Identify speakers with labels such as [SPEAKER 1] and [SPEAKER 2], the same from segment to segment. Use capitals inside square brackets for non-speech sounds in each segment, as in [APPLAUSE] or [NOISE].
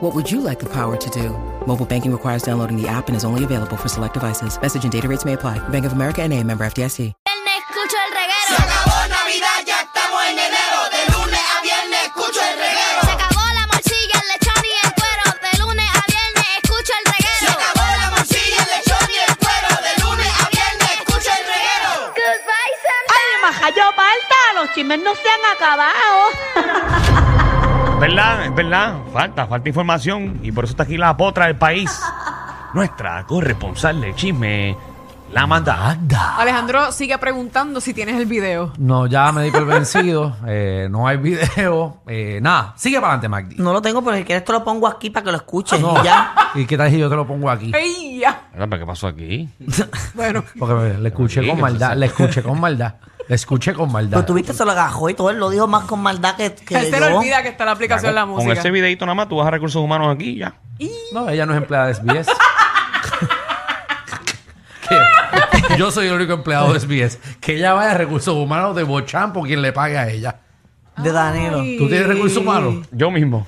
[SPEAKER 1] What would you like the power to do? Mobile banking requires downloading the app and is only available for select devices. Message and data rates may apply. Bank of America and a member FDIC.
[SPEAKER 2] viernes escucho el
[SPEAKER 3] Se
[SPEAKER 2] reguero.
[SPEAKER 3] acabó Navidad, ya estamos en enero. De lunes a viernes escucho
[SPEAKER 2] Se
[SPEAKER 3] el reguero.
[SPEAKER 2] acabó la morcilla, el lechón y el cuero. De lunes a viernes escucho el
[SPEAKER 3] Se
[SPEAKER 2] reguero.
[SPEAKER 3] acabó la morcilla, el lechón y el cuero. De lunes a viernes escucho el reguero.
[SPEAKER 2] Goodbye, Santa.
[SPEAKER 4] ¡Ay, maja, yo falta! ¡Los chismes no se han acabado!
[SPEAKER 5] ¿Verdad? Es verdad. Falta, falta información. Y por eso está aquí la potra del país. Nuestra corresponsal de chisme, la manda Anda.
[SPEAKER 6] Alejandro sigue preguntando si tienes el video.
[SPEAKER 7] No, ya me di por vencido. [LAUGHS] eh, no hay video. eh, nada, sigue para adelante, Magdi.
[SPEAKER 8] No lo tengo porque quieres te lo pongo aquí para que lo escuches
[SPEAKER 7] No.
[SPEAKER 5] [LAUGHS]
[SPEAKER 8] y ya.
[SPEAKER 7] ¿Y qué tal si yo te lo pongo aquí?
[SPEAKER 6] ¡Ey! ya!
[SPEAKER 5] Ahora, ¿pero ¿Qué pasó aquí?
[SPEAKER 6] Bueno,
[SPEAKER 7] Porque me- le escuché con maldad, le escuché con maldad, le escuché con
[SPEAKER 8] Pero
[SPEAKER 7] maldad.
[SPEAKER 8] tuviste, se lo agajó y todo él lo dijo más con maldad que, que
[SPEAKER 6] él se le
[SPEAKER 8] yo.
[SPEAKER 6] olvida que está la aplicación de la
[SPEAKER 5] Con
[SPEAKER 6] música.
[SPEAKER 5] ese videito nada más tú vas a recursos humanos aquí y ya.
[SPEAKER 7] No, ella no es empleada de SBS.
[SPEAKER 8] [LAUGHS]
[SPEAKER 7] Que- Yo soy el único empleado de SBS. Que ella vaya a recursos humanos de Bochampo, quien le pague a ella.
[SPEAKER 8] De Danilo.
[SPEAKER 7] ¿Tú tienes recursos humanos?
[SPEAKER 5] Yo mismo.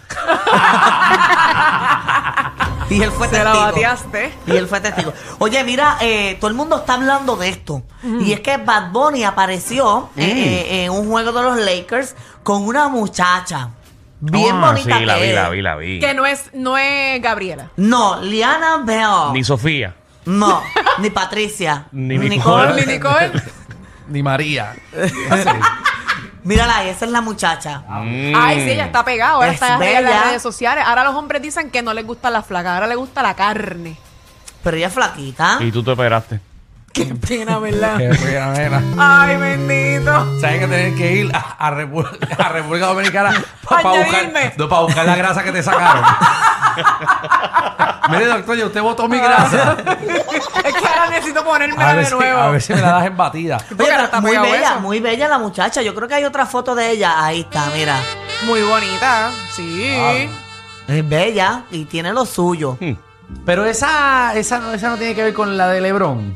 [SPEAKER 8] Y él fue
[SPEAKER 6] Se la
[SPEAKER 8] testigo.
[SPEAKER 6] bateaste.
[SPEAKER 8] Y él fue testigo. Oye, mira, eh, todo el mundo está hablando de esto.
[SPEAKER 6] Mm.
[SPEAKER 8] Y es que Bad Bunny apareció
[SPEAKER 5] Mm.
[SPEAKER 8] eh, eh, en un juego de los Lakers con una muchacha. Bien
[SPEAKER 5] Ah,
[SPEAKER 8] bonita.
[SPEAKER 5] Sí, la
[SPEAKER 8] que
[SPEAKER 5] vi,
[SPEAKER 8] es.
[SPEAKER 5] la vi, la vi.
[SPEAKER 6] Que no es, no es Gabriela.
[SPEAKER 8] No, Liana Bell.
[SPEAKER 5] Ni Sofía.
[SPEAKER 8] no, ni Patricia.
[SPEAKER 5] [LAUGHS] Ni Nicole.
[SPEAKER 6] Ni Nicole.
[SPEAKER 7] Ni María.
[SPEAKER 8] Mírala, ahí, esa es la muchacha.
[SPEAKER 5] Ah.
[SPEAKER 6] Ay, sí, ella está pegada. Ahora
[SPEAKER 8] Es
[SPEAKER 6] está arriba en las
[SPEAKER 8] bella.
[SPEAKER 6] redes sociales. Ahora los hombres dicen que no les gusta la flaca, ahora les gusta la carne.
[SPEAKER 8] Pero ella es flaquita.
[SPEAKER 5] Y tú te operaste.
[SPEAKER 6] Qué pena, ¿verdad?
[SPEAKER 7] Qué pena, nena.
[SPEAKER 6] Ay, bendito.
[SPEAKER 7] ¿Sabes que tenés que ir a, a Repu- a República Dominicana para
[SPEAKER 6] Añadirme.
[SPEAKER 7] buscar, no, pa' buscar la grasa que te sacaron? Mire, doctor, ya usted botó
[SPEAKER 8] Ah.
[SPEAKER 7] mi grasa.
[SPEAKER 6] Es que ahora necesito ponérmela
[SPEAKER 7] A ver,
[SPEAKER 6] de
[SPEAKER 7] si,
[SPEAKER 6] nuevo.
[SPEAKER 7] a ver si me la das en batida.
[SPEAKER 6] Porque
[SPEAKER 8] Oye,
[SPEAKER 6] ahora
[SPEAKER 8] pero
[SPEAKER 6] está
[SPEAKER 8] muy
[SPEAKER 6] pegado
[SPEAKER 8] bella,
[SPEAKER 6] eso.
[SPEAKER 8] muy bella la muchacha. Yo creo que hay otra foto de ella. Ahí está, mira.
[SPEAKER 6] Muy bonita. Sí.
[SPEAKER 8] Es bella y tiene lo suyo.
[SPEAKER 7] Pero esa, esa, no- esa no tiene que ver con la de Lebrón.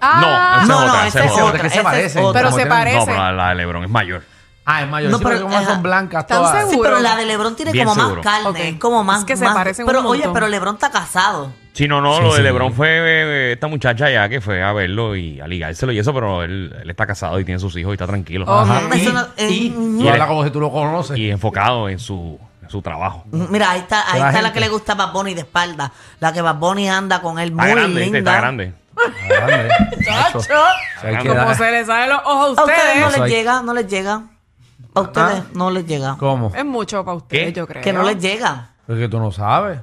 [SPEAKER 6] Ah,
[SPEAKER 5] Esa es
[SPEAKER 8] no,
[SPEAKER 5] otra,
[SPEAKER 8] no,
[SPEAKER 5] esa
[SPEAKER 8] esa
[SPEAKER 5] es
[SPEAKER 8] es
[SPEAKER 5] otra.
[SPEAKER 8] otra.
[SPEAKER 7] que se
[SPEAKER 8] esa
[SPEAKER 7] parecen.
[SPEAKER 8] es otra.
[SPEAKER 6] Pero
[SPEAKER 7] como
[SPEAKER 6] se
[SPEAKER 7] tienen-
[SPEAKER 6] parece.
[SPEAKER 5] No, pero la de Lebron es mayor.
[SPEAKER 7] Ah, es mayor.
[SPEAKER 8] No,
[SPEAKER 7] sí, porque
[SPEAKER 8] pero-
[SPEAKER 7] como
[SPEAKER 8] ajá.
[SPEAKER 7] son blancas
[SPEAKER 6] ¿Están
[SPEAKER 7] todas.
[SPEAKER 8] Sí,
[SPEAKER 6] seguro.
[SPEAKER 8] pero la de Lebron tiene
[SPEAKER 5] Bien
[SPEAKER 8] como
[SPEAKER 5] seguro.
[SPEAKER 8] más carne,
[SPEAKER 6] Ok.
[SPEAKER 8] es como más.
[SPEAKER 6] Es que se
[SPEAKER 8] más-
[SPEAKER 6] parecen un
[SPEAKER 8] Pero oye,
[SPEAKER 6] montón.
[SPEAKER 8] pero Lebron está casado.
[SPEAKER 5] Sí, no, no,
[SPEAKER 7] Sí,
[SPEAKER 5] lo de
[SPEAKER 7] sí.
[SPEAKER 5] Lebron fue eh, esta muchacha ya que fue a verlo y a ligárselo y eso, pero él, él está casado y tiene sus hijos y está tranquilo.
[SPEAKER 7] Ajá.
[SPEAKER 8] Eso no-
[SPEAKER 7] Y, y-
[SPEAKER 8] eh,
[SPEAKER 7] y habla como si tú lo conoces.
[SPEAKER 5] Y enfocado en su, en su trabajo.
[SPEAKER 6] Mm.
[SPEAKER 8] Mira, ahí está, ahí
[SPEAKER 7] La
[SPEAKER 8] está la
[SPEAKER 7] gente.
[SPEAKER 8] que le gusta a Bad Bunny de espalda. La que Bad Bunny anda con él muy
[SPEAKER 5] Está grande, ¿viste?
[SPEAKER 8] linda.
[SPEAKER 5] está grande.
[SPEAKER 7] Ah, Grande, macho. O sea, hay que
[SPEAKER 6] Como
[SPEAKER 7] dar-
[SPEAKER 6] se les salen los ojos a
[SPEAKER 8] A ustedes no
[SPEAKER 6] ustedes.
[SPEAKER 7] Eso
[SPEAKER 8] les
[SPEAKER 7] hay-
[SPEAKER 8] llega, no les llega.
[SPEAKER 5] Ah.
[SPEAKER 8] A ustedes no les llega.
[SPEAKER 7] ¿Cómo?
[SPEAKER 6] Es mucho para ustedes,
[SPEAKER 5] ¿Qué?
[SPEAKER 6] yo creo.
[SPEAKER 8] Que no les llega.
[SPEAKER 7] Porque tú no sabes.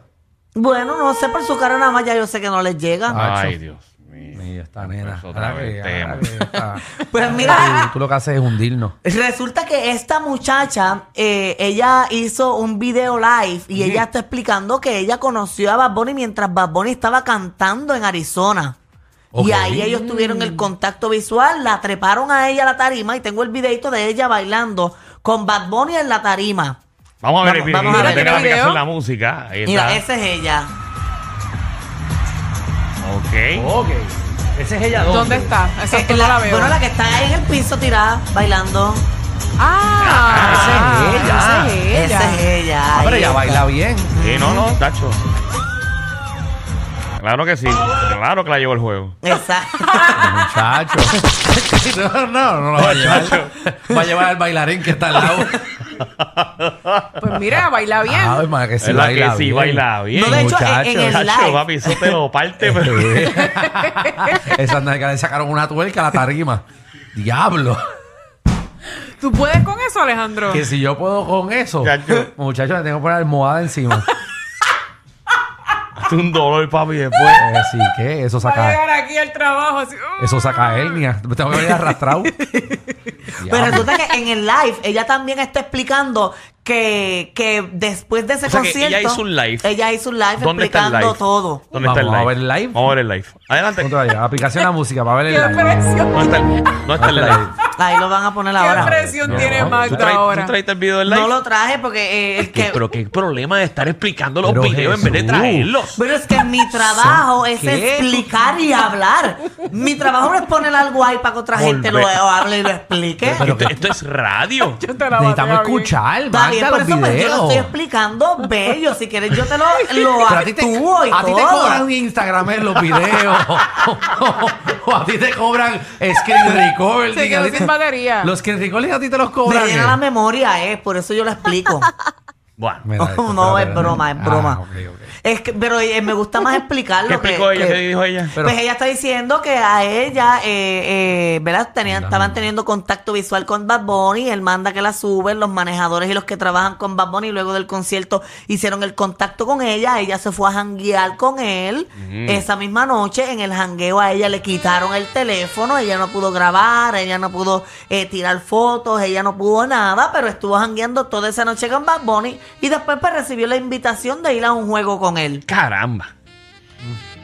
[SPEAKER 8] Bueno, no sé por su cara nada más, ya yo sé que no les llega.
[SPEAKER 7] Macho.
[SPEAKER 5] Ay, Dios mío. este,
[SPEAKER 7] Mira, esta nena.
[SPEAKER 5] Empezó otra
[SPEAKER 7] ahora
[SPEAKER 5] vez
[SPEAKER 7] que-
[SPEAKER 5] el tema.
[SPEAKER 7] ahora que está-
[SPEAKER 8] Pues mira,
[SPEAKER 7] Tú- tú lo que haces es hundirnos.
[SPEAKER 8] Resulta que esta muchacha, eh, ella hizo un video live y ella está explicando que ella conoció a Bad Bunny mientras Bad Bunny estaba cantando en Arizona.
[SPEAKER 7] Ok.
[SPEAKER 8] Y ahí ellos tuvieron el contacto visual, la treparon a ella a la tarima y tengo el videito de ella bailando con Bad Bunny en la tarima.
[SPEAKER 5] Vamos a ver el
[SPEAKER 8] Vamos-
[SPEAKER 5] video.
[SPEAKER 8] vamos a ver
[SPEAKER 5] Tiene
[SPEAKER 6] el
[SPEAKER 5] la
[SPEAKER 6] video.
[SPEAKER 5] aplicación la música. Ahí
[SPEAKER 8] Mira,
[SPEAKER 5] está.
[SPEAKER 8] esa es ella.
[SPEAKER 5] Ok.
[SPEAKER 7] Ok. Esa Oh, es ella
[SPEAKER 6] ¿Dónde está? Exacto,
[SPEAKER 8] Eh,
[SPEAKER 6] no
[SPEAKER 8] la-
[SPEAKER 6] la veo.
[SPEAKER 8] Bueno, la que está en el piso tirada bailando.
[SPEAKER 6] Ah,
[SPEAKER 7] Ah, esa
[SPEAKER 6] esa
[SPEAKER 7] es
[SPEAKER 6] es ella.
[SPEAKER 8] Esa es ella.
[SPEAKER 7] Ah, pero
[SPEAKER 8] Ahí
[SPEAKER 7] ella
[SPEAKER 8] está.
[SPEAKER 7] baila bien.
[SPEAKER 5] Sí, no, no, Tacho. Claro que sí. Claro que la llevó el
[SPEAKER 7] [LAUGHS]
[SPEAKER 5] juego.
[SPEAKER 8] Exacto.
[SPEAKER 7] Muchacho. no, no, no lo va a llevar. Va a llevar al bailarín que está al lado.
[SPEAKER 6] Pues mira, baila bien.
[SPEAKER 7] Ay, madre, que sí
[SPEAKER 5] ¿Verdad
[SPEAKER 7] baila
[SPEAKER 5] que sí
[SPEAKER 7] [LAUGHS] bien.
[SPEAKER 5] baila bien?
[SPEAKER 8] No, de hecho, en- en
[SPEAKER 7] Muchacho.
[SPEAKER 8] el
[SPEAKER 5] Chacho,
[SPEAKER 8] live.
[SPEAKER 5] papi, eso te lo parte, pero...
[SPEAKER 7] [LAUGHS] Esa nalga le sacaron una tuerca a la tarima. Diablo.
[SPEAKER 6] ¿Tú puedes con eso, Alejandro?
[SPEAKER 7] Que si yo puedo con eso,
[SPEAKER 5] Chacho.
[SPEAKER 7] muchachos, le tengo que poner almohada encima.
[SPEAKER 5] Hazte un dolor, papi, después.
[SPEAKER 7] Así que Eh, eso
[SPEAKER 6] Va a
[SPEAKER 7] saca,
[SPEAKER 6] llegar aquí al trabajo así. uh.
[SPEAKER 7] eso saca hernia. Me Tengo que
[SPEAKER 5] [LAUGHS]
[SPEAKER 7] venir arrastrado.
[SPEAKER 8] Pero
[SPEAKER 7] Diablo.
[SPEAKER 8] resulta que en el live ella también está explicando que, que después de ese
[SPEAKER 5] O sea, que
[SPEAKER 8] concierto.
[SPEAKER 5] ella hizo un live.
[SPEAKER 8] Ella hizo un live
[SPEAKER 5] ¿Dónde está el
[SPEAKER 8] explicando
[SPEAKER 5] live?
[SPEAKER 8] todo.
[SPEAKER 5] ¿Dónde está el
[SPEAKER 7] Vamos a
[SPEAKER 5] live?
[SPEAKER 7] ver el live.
[SPEAKER 5] Vamos a ver el live. Adelante.
[SPEAKER 7] Punto de ahí. Aplicación a la música para ver
[SPEAKER 6] Qué
[SPEAKER 7] el live.
[SPEAKER 6] presión.
[SPEAKER 5] No está el, no está el live.
[SPEAKER 8] Ahí lo van a poner
[SPEAKER 6] Qué
[SPEAKER 8] ahora.
[SPEAKER 6] presión
[SPEAKER 7] No,
[SPEAKER 6] tiene
[SPEAKER 7] tú
[SPEAKER 5] ¿Tú,
[SPEAKER 6] Magda
[SPEAKER 5] traes-
[SPEAKER 6] ahora.
[SPEAKER 5] tú traiste el video del live?
[SPEAKER 8] No lo traje porque eh, el
[SPEAKER 5] ¿Qué-
[SPEAKER 8] que.
[SPEAKER 5] pero qué problema de estar explicando los
[SPEAKER 7] Pero
[SPEAKER 5] videos en vez de
[SPEAKER 7] Jesús.
[SPEAKER 5] traerlos.
[SPEAKER 8] Pero es que mi trabajo es
[SPEAKER 7] ¿Qué?
[SPEAKER 8] explicar y hablar. Mi trabajo no es poner algo ahí para que otra gente lo
[SPEAKER 5] Volver.
[SPEAKER 8] hable y lo explique.
[SPEAKER 7] Pero
[SPEAKER 5] esto,
[SPEAKER 7] que-
[SPEAKER 5] esto es
[SPEAKER 7] [LAUGHS]
[SPEAKER 5] radio.
[SPEAKER 6] Yo te la
[SPEAKER 7] Necesitamos
[SPEAKER 6] batía bien.
[SPEAKER 7] escuchar,
[SPEAKER 8] Está bien,
[SPEAKER 7] manda
[SPEAKER 8] por
[SPEAKER 7] los
[SPEAKER 8] eso pues, yo lo estoy
[SPEAKER 7] videos.
[SPEAKER 8] explicando bello. Si quieres, yo te lo, lo
[SPEAKER 7] Pero a ti te,
[SPEAKER 8] actúo y
[SPEAKER 7] a ti te
[SPEAKER 8] todo.
[SPEAKER 7] cobran Instagram en los videos. [LAUGHS] o a ti te cobran screen recording.
[SPEAKER 6] Se quedó
[SPEAKER 7] a ti te-
[SPEAKER 6] sin batería.
[SPEAKER 7] Los screen recording a ti te los
[SPEAKER 8] Me
[SPEAKER 7] cobran.
[SPEAKER 8] llena
[SPEAKER 7] eh.
[SPEAKER 8] la memoria, eh, por eso yo lo explico.
[SPEAKER 5] Bueno,
[SPEAKER 7] Mira esto,
[SPEAKER 8] [LAUGHS] no,
[SPEAKER 7] espérate,
[SPEAKER 8] es broma, es
[SPEAKER 7] espérate.
[SPEAKER 8] broma.
[SPEAKER 7] Ah, ok, ok.
[SPEAKER 8] Es que, pero eh, me gusta más explicarlo.
[SPEAKER 5] ¿qué
[SPEAKER 8] que-
[SPEAKER 5] explicó ella?
[SPEAKER 8] que-
[SPEAKER 5] ¿Qué dijo ella?
[SPEAKER 7] Pero-
[SPEAKER 8] pues ella está diciendo que a ella, eh, eh, ¿verdad? Tenían, estaban teniendo contacto visual con Bad Bunny, él manda que la suben, los manejadores y los que trabajan con Bad Bunny luego del concierto hicieron el contacto con ella, ella se fue a janguear con él, esa misma noche en el jangueo a ella le quitaron el teléfono, ella no pudo grabar, ella no pudo eh, tirar fotos, ella no pudo nada, pero estuvo jangueando toda esa noche con Bad Bunny y después pues, recibió la invitación de ir a un juego con él.
[SPEAKER 5] Caramba.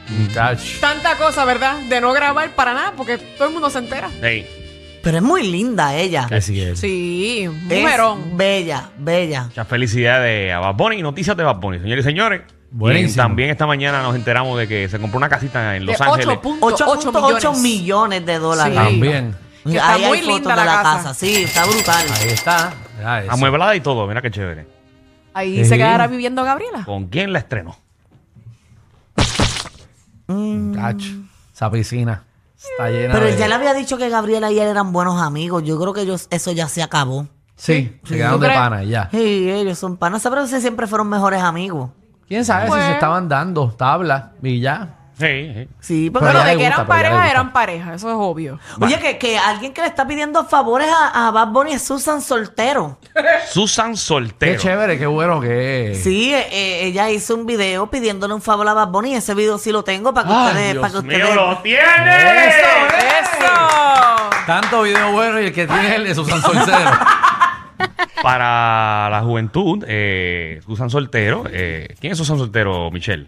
[SPEAKER 7] Muchacho.
[SPEAKER 6] Tanta cosa, ¿verdad? De no grabar para nada porque todo el mundo se entera.
[SPEAKER 5] Ey,
[SPEAKER 8] Pero es muy linda ella.
[SPEAKER 7] Así es.
[SPEAKER 6] Sí, un
[SPEAKER 8] Es
[SPEAKER 6] numerón.
[SPEAKER 8] bella, bella.
[SPEAKER 5] muchas felicidades a Bad Bunny y noticias de Bad Bunny, señores y señores.
[SPEAKER 7] Buenísimo.
[SPEAKER 5] Y también esta mañana nos enteramos de que se compró una casita en
[SPEAKER 6] De
[SPEAKER 5] Los Ángeles.
[SPEAKER 6] 8.8
[SPEAKER 8] 8.8
[SPEAKER 6] millones.
[SPEAKER 8] millones de dólares.
[SPEAKER 6] Sí.
[SPEAKER 7] También.
[SPEAKER 6] Que está
[SPEAKER 8] Ahí hay
[SPEAKER 6] muy
[SPEAKER 8] fotos
[SPEAKER 6] linda
[SPEAKER 8] de
[SPEAKER 6] la casa.
[SPEAKER 8] Sí, está brutal.
[SPEAKER 7] Ahí está. Mira eso.
[SPEAKER 5] Amueblada y todo, mira qué chévere.
[SPEAKER 6] Ahí
[SPEAKER 7] Sí.
[SPEAKER 6] se quedará viviendo Gabriela.
[SPEAKER 5] ¿Con quién la estrenó?
[SPEAKER 7] Muchacho. Esa piscina está llena
[SPEAKER 8] Pero
[SPEAKER 7] de...
[SPEAKER 8] ya le había dicho que Gabriela y él eran buenos amigos. Yo creo que ellos, eso ya se acabó.
[SPEAKER 7] Sí, se quedaron
[SPEAKER 6] ¿Tú
[SPEAKER 7] de
[SPEAKER 6] crees?
[SPEAKER 7] pana y ya.
[SPEAKER 8] Sí, ellos son panas. Pero sí siempre fueron mejores amigos.
[SPEAKER 7] ¿Quién sabe si
[SPEAKER 8] Pues-
[SPEAKER 6] Bueno.
[SPEAKER 7] se estaban dando tabla y ya?
[SPEAKER 5] Sí, sí.
[SPEAKER 8] Sí, porque...
[SPEAKER 7] Pero
[SPEAKER 6] Bueno,
[SPEAKER 7] ya
[SPEAKER 6] de que
[SPEAKER 7] le
[SPEAKER 6] eran
[SPEAKER 7] gusta, pero ya le
[SPEAKER 6] pareja,
[SPEAKER 7] gusta.
[SPEAKER 6] eran pareja, eso es obvio.
[SPEAKER 8] Oye, que, que alguien que le está pidiendo favores a, a Bad Bunny es Susan Soltero.
[SPEAKER 5] Susan
[SPEAKER 7] Qué
[SPEAKER 5] Soltero.
[SPEAKER 7] chévere, qué bueno que es.
[SPEAKER 8] Sí, eh, eh, ella hizo un video pidiéndole un favor a Bad Bunny. Ese video sí lo tengo para que
[SPEAKER 5] Ay,
[SPEAKER 8] ustedes...
[SPEAKER 5] Dios
[SPEAKER 8] para que
[SPEAKER 5] mío,
[SPEAKER 8] ustedes...
[SPEAKER 5] lo tiene.
[SPEAKER 8] Oh.
[SPEAKER 6] ¡Eso!
[SPEAKER 7] Tanto video bueno y el que tiene es el de Susan Solcero.
[SPEAKER 5] Para la juventud, eh, Susan Soltero. eh, ¿Quién es Susan Soltero, Michelle?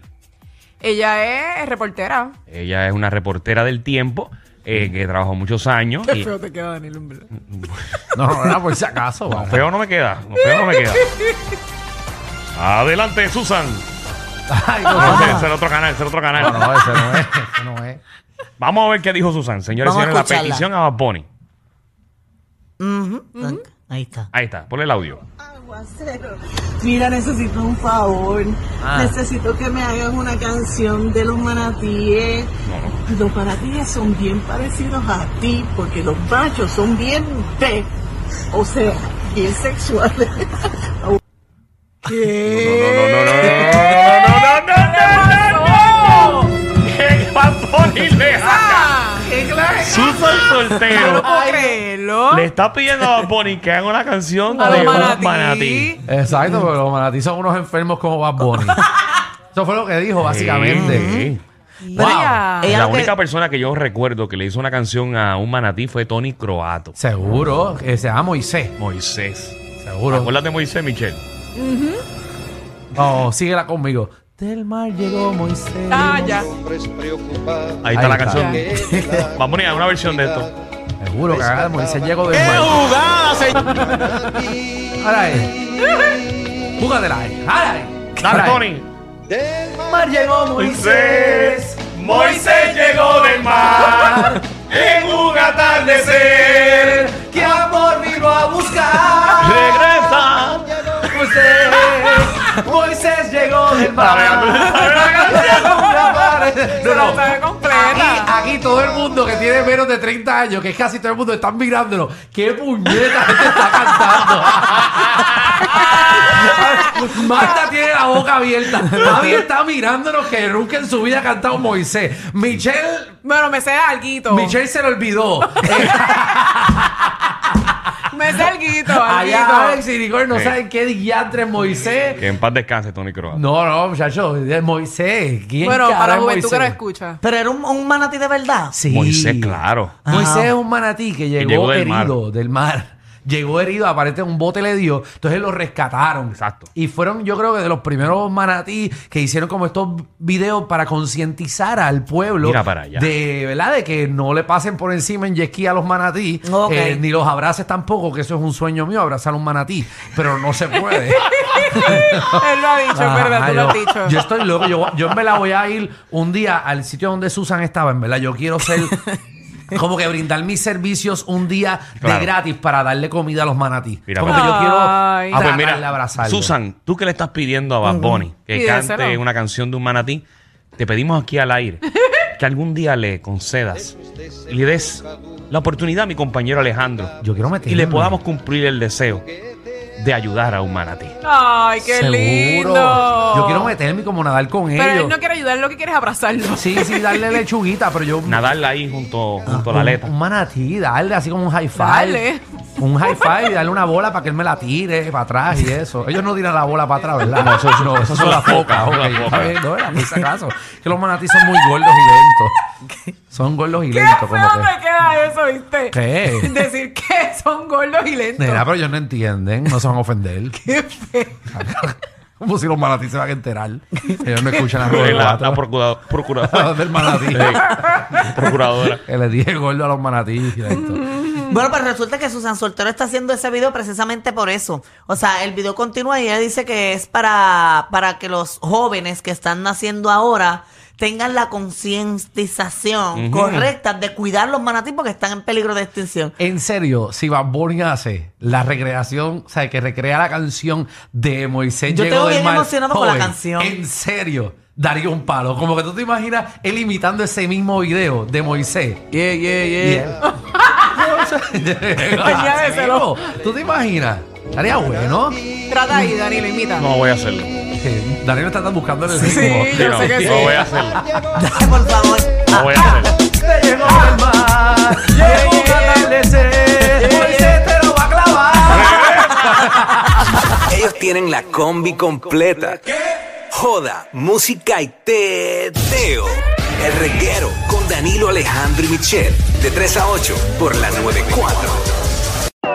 [SPEAKER 6] Ella es reportera.
[SPEAKER 5] Ella es una reportera del tiempo eh, que trabajó muchos años. y-
[SPEAKER 6] te queda, Daniel, en verdad.
[SPEAKER 7] [LAUGHS] no, no, no, por si acaso.
[SPEAKER 5] No,
[SPEAKER 7] vamos.
[SPEAKER 5] feo no me queda. No, feo no me queda. Adelante, Susan.
[SPEAKER 7] [LAUGHS] Ay, no,
[SPEAKER 5] Ese- ese era otro canal, ese era otro canal.
[SPEAKER 7] no, no, ese no es, ese no es.
[SPEAKER 5] Vamos a ver qué dijo Susan. Señores y
[SPEAKER 8] Vamos a
[SPEAKER 5] señores, la
[SPEAKER 8] escucharla.
[SPEAKER 5] petición a Bad Bunny.
[SPEAKER 8] Ujú. Ahí está.
[SPEAKER 5] Ahí está, ponle el audio.
[SPEAKER 9] Aguacero. Mira, necesito un favor. Necesito que me hagas una canción de los manatíes. Los manatíes son bien parecidos a ti, porque los machos son bien pe, o sea, bien sexuales.
[SPEAKER 5] No, no, no, no, no, no, no, no, no, no, no, no, no, [LAUGHS] no. ¿Qué Bad Bunny le haga?
[SPEAKER 6] Ah,
[SPEAKER 5] Susan Soltero
[SPEAKER 6] ¿Puedo creerlo?
[SPEAKER 5] le está pidiendo a Bad Bunny que haga una canción
[SPEAKER 6] A
[SPEAKER 5] de
[SPEAKER 6] los
[SPEAKER 5] los
[SPEAKER 6] manatí.
[SPEAKER 5] manatí.
[SPEAKER 7] Exacto, pero los manatí son unos enfermos como Bad Bunny. Eso fue lo que dijo, básicamente.
[SPEAKER 5] Sí.
[SPEAKER 7] Wow.
[SPEAKER 6] Ella-
[SPEAKER 8] Ella
[SPEAKER 5] La
[SPEAKER 8] lo que-
[SPEAKER 5] única persona que yo recuerdo que le hizo una canción a un manatí fue Tony Croato.
[SPEAKER 7] Seguro, que se llama Moisés.
[SPEAKER 5] Moisés.
[SPEAKER 7] Seguro.
[SPEAKER 5] Acuérdate de Moisés, Michelle.
[SPEAKER 7] Oh, síguela conmigo. Del mar llegó Moisés.
[SPEAKER 6] Ah, ya.
[SPEAKER 5] Ahí está
[SPEAKER 7] Ahí
[SPEAKER 5] la
[SPEAKER 7] está.
[SPEAKER 5] canción. Vamos a poner una versión de esto.
[SPEAKER 7] Seguro que ahora Moisés llegó del mar. Ahora es. Júgatela ahí. Ahora es.
[SPEAKER 5] Dale,
[SPEAKER 7] Ahora es.
[SPEAKER 5] Tony.
[SPEAKER 7] mar llegó Moisés.
[SPEAKER 5] Moisés llegó del mar en un atardecer.
[SPEAKER 7] Que amor vino a buscar.
[SPEAKER 5] Regresa.
[SPEAKER 7] Moisés. Moisés llegó del mar.
[SPEAKER 5] Dale, dale, dale.
[SPEAKER 7] Una mar No, no.
[SPEAKER 6] sabe completa.
[SPEAKER 7] Aquí, aquí todo el mundo que tiene menos de 30 años, que es casi todo el mundo, están mirándolo. ¿Qué puñeta te está [LAUGHS] cantando? Marta tiene la boca abierta. Javi está mirándonos que nunca en su vida ha cantado Moisés. Michelle,
[SPEAKER 6] Bueno, me sé alguito.
[SPEAKER 7] Michelle se le [LAUGHS] olvidó.
[SPEAKER 6] Me sé alguito,
[SPEAKER 7] Allá
[SPEAKER 6] alguito.
[SPEAKER 7] Alex y Nicole no
[SPEAKER 5] Sí.
[SPEAKER 7] saben qué diantre es Moisés.
[SPEAKER 5] Que en paz descanse, Tony Croata.
[SPEAKER 7] No, no, muchachos, es Moisés. ¿Quién
[SPEAKER 6] Bueno, para
[SPEAKER 7] carajo
[SPEAKER 6] la
[SPEAKER 7] es
[SPEAKER 6] juventud que no
[SPEAKER 7] Moisés?
[SPEAKER 6] escucha.
[SPEAKER 8] Pero era un, un manatí de verdad.
[SPEAKER 7] Sí.
[SPEAKER 5] Moisés, claro.
[SPEAKER 7] Moisés es un manatí que llegó,
[SPEAKER 5] llegó del mar.
[SPEAKER 7] herido del mar. [LAUGHS] Llegó herido, aparentemente un bote le dio, entonces lo rescataron.
[SPEAKER 5] Exacto.
[SPEAKER 7] Y fueron, yo creo que de los primeros manatí que hicieron como estos videos para concientizar al pueblo
[SPEAKER 5] Mira para allá.
[SPEAKER 7] de, ¿verdad? De que no le pasen por encima en jet ski a los manatí,
[SPEAKER 8] Ok.
[SPEAKER 7] eh, ni los abraces tampoco, que eso es un sueño mío, abrazar a un manatí, pero no se
[SPEAKER 6] [LAUGHS]
[SPEAKER 7] puede.
[SPEAKER 6] Él lo ha dicho, es
[SPEAKER 7] Ajá,
[SPEAKER 6] verdad, tú
[SPEAKER 7] Ah, yo,
[SPEAKER 6] lo has dicho.
[SPEAKER 7] yo estoy loco. Yo, yo en verdad voy a ir un día al sitio donde Susan estaba. En verdad, yo
[SPEAKER 6] [LAUGHS]
[SPEAKER 7] quiero ser. Como que brindar mis servicios un día
[SPEAKER 5] Claro.
[SPEAKER 7] de gratis para darle comida a los manatí.
[SPEAKER 5] Mira,
[SPEAKER 7] como que
[SPEAKER 5] para
[SPEAKER 7] yo
[SPEAKER 6] allá.
[SPEAKER 7] quiero
[SPEAKER 6] Ay.
[SPEAKER 7] ah, pues mira, abrazarlo.
[SPEAKER 5] Susan, tú que le estás pidiendo a Bad Bunny que
[SPEAKER 6] Pídeselo.
[SPEAKER 5] cante una canción de un manatí, te pedimos aquí al
[SPEAKER 6] [LAUGHS]
[SPEAKER 5] aire que algún día le concedas, le des la oportunidad a mi compañero Alejandro
[SPEAKER 7] yo quiero meterlo.
[SPEAKER 5] y le podamos cumplir el deseo de ayudar a un manatí.
[SPEAKER 6] Ay, qué
[SPEAKER 7] Seguro.
[SPEAKER 6] lindo.
[SPEAKER 7] Yo quiero meterme como nadar con
[SPEAKER 6] Pero él
[SPEAKER 7] ellos.
[SPEAKER 6] no quiere ayudar, lo que quiere es abrazarlo.
[SPEAKER 7] Sí, sí, darle lechuguita, pero yo.
[SPEAKER 5] Nadarla ahí junto, junto
[SPEAKER 6] Ah.
[SPEAKER 5] a la
[SPEAKER 7] un-
[SPEAKER 5] aleta.
[SPEAKER 7] Un manatí, darle así como un high five.
[SPEAKER 6] Dale.
[SPEAKER 7] Un high five y darle una bola para que él me la tire para atrás y eso. Ellos no tiran la bola para atrás, ¿verdad? No, eso, no, esas son las focas. ok.
[SPEAKER 5] Son las focas.
[SPEAKER 7] Está bien, no, era por si acaso. Que los manatí son muy gordos y lentos. Son gordos y
[SPEAKER 6] Qué
[SPEAKER 7] lentos.
[SPEAKER 6] feo
[SPEAKER 7] Como
[SPEAKER 6] te
[SPEAKER 7] que.
[SPEAKER 6] queda eso, ¿viste?
[SPEAKER 7] ¿Qué?
[SPEAKER 6] Decir que son gordos y lentos.
[SPEAKER 7] Nena, pero ellos no entienden, no se van a
[SPEAKER 6] [LAUGHS]
[SPEAKER 7] ofender.
[SPEAKER 6] Qué feo.
[SPEAKER 7] Como si los manatí se van a enterar. Ellos no escuchan las
[SPEAKER 5] La, la
[SPEAKER 7] reglas
[SPEAKER 5] procura-
[SPEAKER 7] [LAUGHS]
[SPEAKER 6] [LAUGHS]
[SPEAKER 5] procuradora.
[SPEAKER 7] del manatí.
[SPEAKER 5] procuradora.
[SPEAKER 7] Que le dije gordo a los manatí. lentos.
[SPEAKER 8] Bueno, pues resulta que Susan Soltero está haciendo ese video precisamente por eso. O sea, el video continúa y ella dice que es para, para que los jóvenes que están naciendo ahora tengan la concientización correcta de cuidar los manatí porque están en peligro de extinción.
[SPEAKER 7] En serio, si Bad Bunny hace la recreación, o sea, que recrea la canción de Moisés
[SPEAKER 8] Yo
[SPEAKER 7] Llegó
[SPEAKER 8] tengo
[SPEAKER 7] del
[SPEAKER 8] bien
[SPEAKER 7] Mar,
[SPEAKER 8] emocionado con la
[SPEAKER 7] joven,
[SPEAKER 8] canción.
[SPEAKER 7] En serio, daría un palo. Como que tú te imaginas él imitando ese mismo video de Moisés. Yeah, yeah, [LAUGHS]
[SPEAKER 6] Añádeselo.
[SPEAKER 7] ¿Tú te imaginas? Estaría bueno.
[SPEAKER 6] Trata ahí, Dani, lo imita.
[SPEAKER 5] No voy a hacerlo.
[SPEAKER 7] Eh, Daniel está buscando en el
[SPEAKER 6] Sí,
[SPEAKER 7] ritmo.
[SPEAKER 6] yo sé que
[SPEAKER 5] No
[SPEAKER 6] sí.
[SPEAKER 5] voy a hacerlo.
[SPEAKER 8] Ay, por favor.
[SPEAKER 5] No voy a hacerlo.
[SPEAKER 7] Te llegó del mar, llegó un atardecer, Moisés te lo va a
[SPEAKER 10] [LAUGHS]
[SPEAKER 7] clavar.
[SPEAKER 10] Ellos tienen la combi completa. Joda, música y teo. El reguero con Danilo Alejandro y Michel. De 3 a 8 por la 94.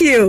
[SPEAKER 11] you.